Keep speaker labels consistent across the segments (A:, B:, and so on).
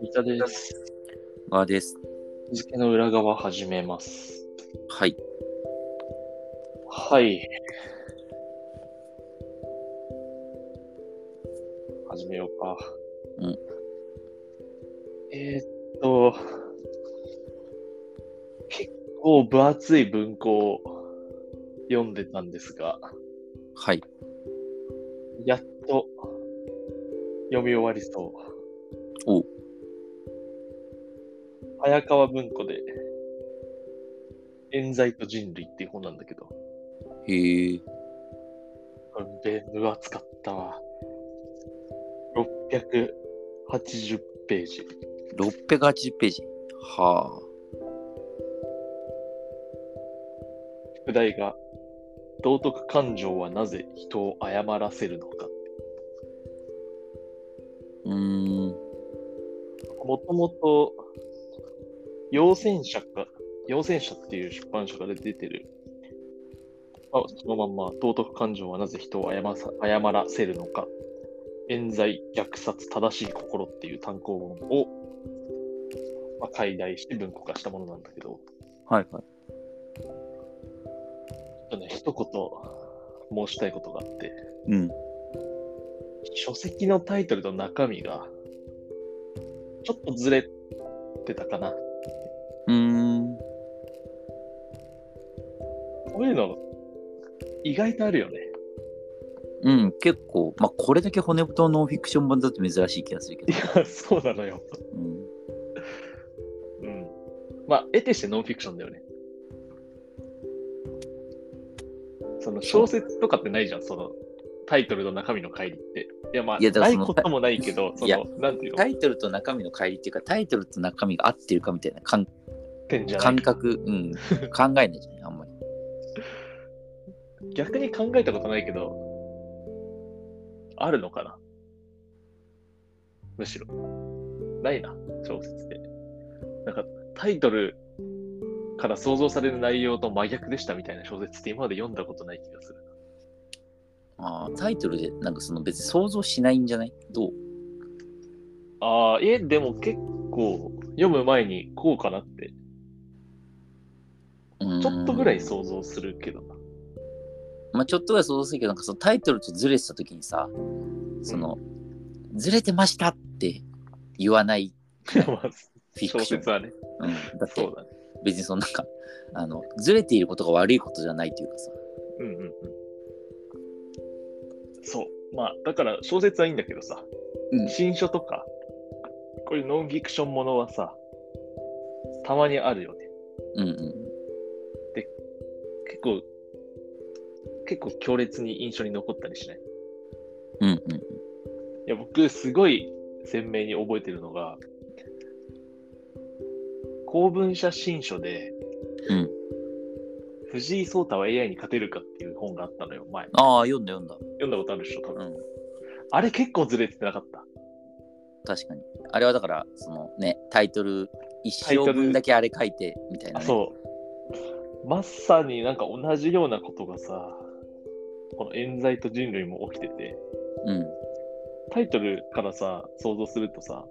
A: 三田です。
B: あです。
A: 日付の裏側始めます。
B: はい。
A: はい。始めようか。
B: うん
A: えーっと、結構分厚い文庫を読んでたんですが、
B: はい。
A: やっと読み終わりそう。
B: お
A: 早川文庫で、冤罪と人類っていう本なんだけど、
B: へえ。
A: うんべ、分厚かったわ。680ページ。
B: 680ページ。は
A: 副題が、道徳感情はなぜ人を謝らせるのか。
B: あ。うーん。
A: もともと、陽戦者か、陽戦者っていう出版社から出てる、まあ、そのまんま、道徳感情はなぜ人を謝らさ謝らせるのか、冤罪、虐殺、正しい心っていう単行本を、まあ、解題して文庫化したものなんだけど、
B: はいはい。
A: ちょっとね、一言申したいことがあって、
B: うん。
A: 書籍のタイトルと中身が、ちょっとずれてたかな。
B: うーん。
A: こういうの、意外とあるよね。
B: うん、結構、まあ、これだけ骨太ノンフィクション版だと珍しい気がするけ
A: い
B: ど。
A: や、 そうなのよ。
B: うん、
A: うん。まあ、得てしてノンフィクションだよね。その小説とかってないじゃん、そのタイトルの中身の乖離って。いや、まあ、
B: いやだか
A: な
B: ら
A: い
B: その
A: こともないけど、そ
B: いや
A: の、なんていうの
B: タ、イトルと中身の乖離っていうか、タイトルと中身が合ってるかみたいな感
A: 点じゃない
B: 感。覚、うん、考えないじゃない、あんまり。
A: 逆に考えたことないけど、あるのかなむしろ。ないな、小説って。なんか、タイトルから想像される内容と真逆でしたみたいな小説って今まで読んだことない気がする。
B: あータイトルで、なんかその別に想像しないんじゃないどう
A: ああ、え、でも結構、読む前にこうかなって、
B: うーん
A: ちょっとぐらい。想像するけ どな。
B: まあ、ちょっとぐらい想像するけど、なんかそのタイトルとずれてたときにさ、その、ずれてましたって言わない
A: まあ
B: フィ
A: 小
B: クション
A: 説。はね、
B: うん、だっ
A: そ
B: て
A: うだね。
B: 別にそのなんかあのずれていることが悪いことじゃないというかさ
A: うんうんうん。そう。まあ、だから小説はいいんだけどさ、
B: うん
A: 新書とか、こういうノンフィクションものはさ、たまにあるよね。
B: うんう
A: 結構、結構強烈に印象に残ったりしない
B: んうんうん
A: いや、僕、すごい鮮明に覚えてるのが、公文写真書で、
B: うん
A: 藤井聡太は AI に勝てるかっていう本があったのよ、前。
B: ああ読んだ読んだ
A: 読んだことあるでしょ、多分。
B: うん
A: あれ結構ずれてなかった。
B: 確かにあれはだからそのねタイトル一生分だけあれ書いてみたいな、
A: あ、
B: ね、
A: そう。まさになんか同じようなことがさ、この冤罪と人類も起きてて、
B: う、うん、
A: タイトルからさ、想像するとさ、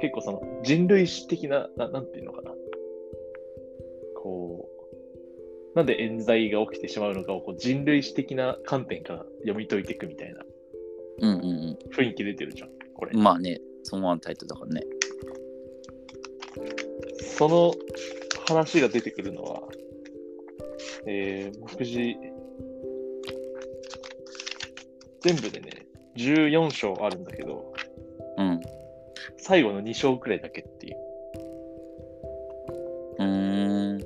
A: 結構その人類史的な、ななんていうのかな。こう、なんで冤罪が起きてしまうのかをこう人類史的な観点から読み解いていくみたいな
B: うんうん
A: 雰囲気出てるじゃん、これ
B: う。んまあねそのままのタイトルだからね
A: その話が出てくるのは、えー、藤井、全部でね、14章あるんだけど、
B: うん
A: 最後の2章くらいだけっていう。
B: うーん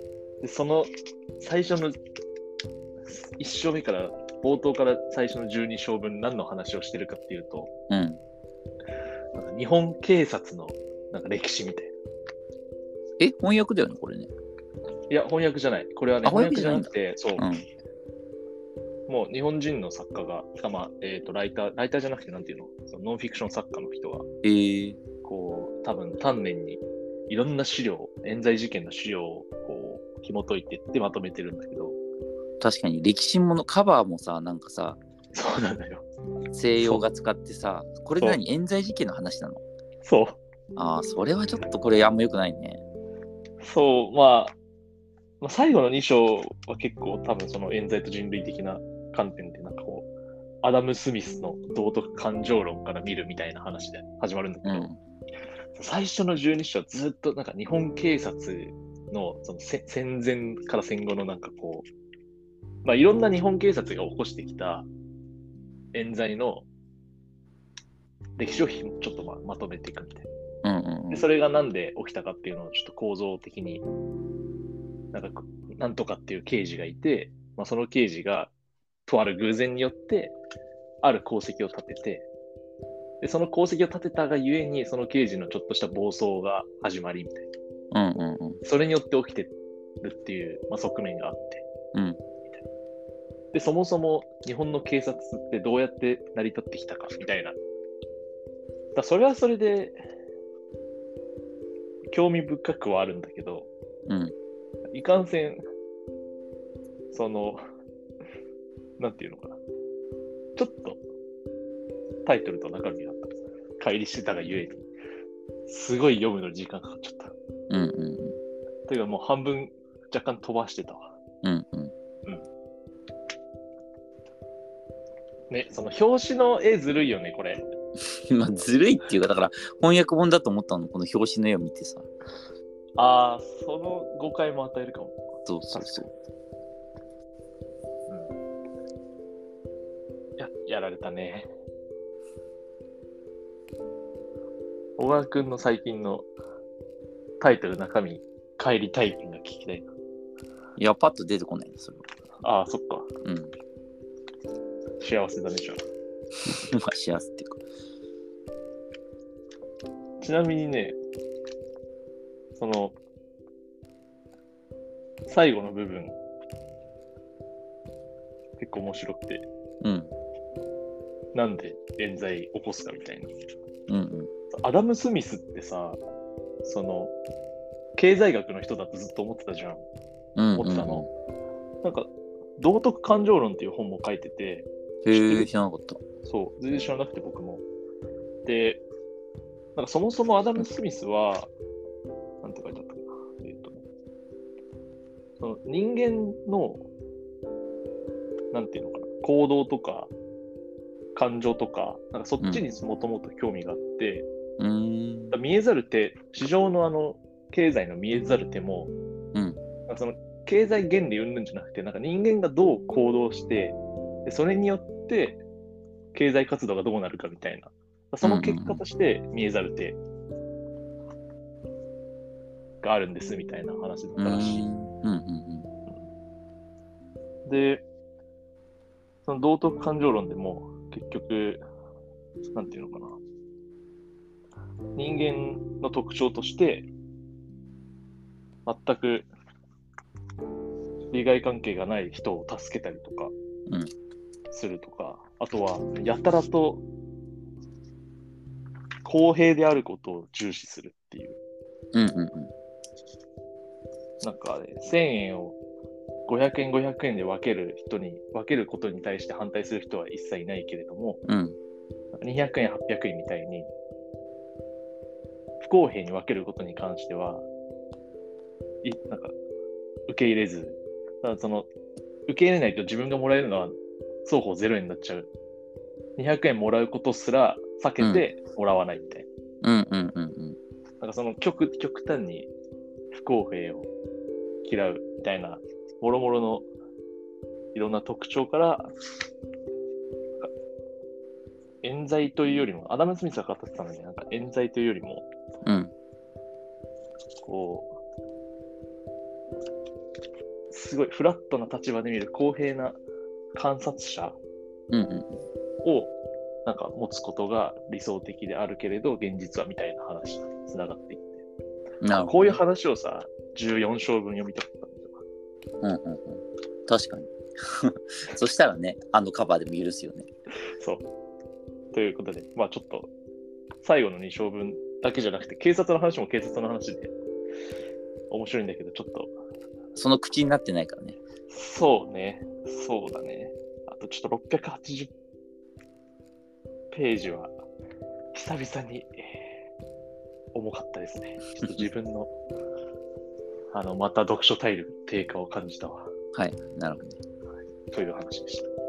A: でその最初の1章目から冒頭から最初の12章分何の話をしてるかっていうと
B: うん
A: なんか日本警察のなんか歴史みたい
B: え翻訳だよねこれね
A: ないや翻訳じゃないこれはね
B: あ
A: 翻
B: 翻
A: 訳
B: 訳
A: じ
B: じ
A: ゃ
B: ゃない
A: なんく
B: だ
A: てそう、
B: うん
A: もう日本人の作家が、あまあえー、とライターライターじゃなくてなんていうのそのノンフィクション作家の人が
B: えー、
A: こう多分丹念にいろんな資料冤罪事件の資料をこう紐解いてってまとめてるんだけど
B: 確かに歴史ものカバーもさなんかさ
A: そうなのよ。
B: 西洋が使ってさ、これ何冤罪事件の話なの
A: そう。
B: ああ、それはちょっとこれあんま良くないね。
A: そう、まあ、まあ、最後の2章は結構多分その冤罪と人類的な観点で、なんかこう、アダム・スミスの道徳感情論から見るみたいな話で始まるんだけ
B: う
A: ど、
B: ん。
A: 最初の12章はずっとなんか日本警察のそのせ戦前から戦後のなんかこう、まあ、いろんな日本警察が起こしてきた冤罪の歴史をひちょっとまあまとめていくみたいな。
B: うんうんう
A: で
B: ん。
A: それがなんで起きたかっていうのをちょっと構造的になんかこうなんとかっていう刑事がいて、まあ、その刑事がとある偶然によってある功績を立ててでその功績を立てたがゆえにその刑事のちょっとした暴走が始まりみたいな
B: うんうんうん。
A: それによって起きてるっていう、まあ、側面があって、
B: うん
A: みたいなでそもそも日本の警察ってどうやって成り立ってきたかみたいなだからそれはそれで興味深くはあるんだけど
B: うん。
A: いかんせんそのなんていうのかなちょっとタイトルと中身が乖離してたがゆえにすごい読むのに時間かかっちゃった
B: うんう
A: というかもう半分若干飛ばしてたわ。
B: んうん。うんうん。
A: ね、その表紙の絵ずるいよね、これ。
B: まあ、ずるいっていうかだから翻訳本だと思ったのこの表紙の絵を見てさ
A: ああ、その誤解も与えるかも。
B: そうそうそう
A: や、やられたね。小川くんの最近のタイトル中身、帰り体験が聞きたいな。
B: いやパッと出てこないなそれは
A: ああ、そっか。
B: うん
A: 幸せだね、じゃあ。
B: まあ幸せっていうか
A: ちなみにね、その、最後の部分、結構面白くて、
B: うん
A: なんで冤罪起こすかみたいな。
B: うんうん
A: アダム・スミスってさ、その、経済学の人だとずっと思ってたじゃん。
B: うん
A: 思っ
B: う
A: て
B: ん
A: たの。なんか、道徳感情論っていう本も書いてて、
B: うんへえ知らなかった
A: そう、全然知らなくて僕も。で、なんかそもそもアダム・スミスは、なんて書いてあったかな。えっ、とね、その人間の、なんていうのかな、行動とか、感情とか、なんかそっちにもともと興味があって、
B: うーん
A: 見えざる手、市場のあの経済の見えざる手も、
B: うん
A: なんかその経済原理云々じゃなくて、なんか人間がどう行動してで、それによって経済活動がどうなるかみたいな、その結果として見えざる手があるんですみたいな話だっ
B: う
A: た
B: んう
A: らしい。
B: んうん
A: で、その道徳感情論でも、結局、なんていうのかな。人間の特徴として、全く利害関係がない人を助けたりとか
B: うん、
A: するとか、あとは、やたらと公平であることを重視するっていう。
B: うんうん
A: なんかあれ、1000円を500円、500円で分ける人に、分けることに対して反対する人は一切いないけれども、
B: うんうん
A: 200円、800円みたいに、不公平に分けることに関しては、いなんか、受け入れず、ただその、受け入れないと自分がもらえるのは、双方0円になっちゃう。200円もらうことすら避けてもらわないみたいな。
B: うんうんうんうん
A: なんかその極極端に不公平を嫌うみたいな、もろもろのいろんな特徴から、なんか冤罪というよりも、アダム・スミスが語ってたのに、なんか冤罪というよりも、
B: うん
A: こう、すごいフラットな立場で見る公平な観察者
B: うんうん
A: をなんか持つことが理想的であるけれど、現実はみたいな話につながっていく。
B: なるほど
A: こういう話をさ、14章分読みたかったんだよ。
B: うんうんうん確かに そしたらねあのカバーでも許すよね
A: そう。ということで、まあちょっと、最後の2章分だけじゃなくて、警察の話も警察の話で、面白いんだけど、ちょっと、
B: その口になってないからね
A: そうね、そうだね。あとちょっと680ページは、久々にえー重かったですね。ちょっと自分の、あの、また読書体力低下を感じたわ。
B: はい、なるほど。
A: という話でした。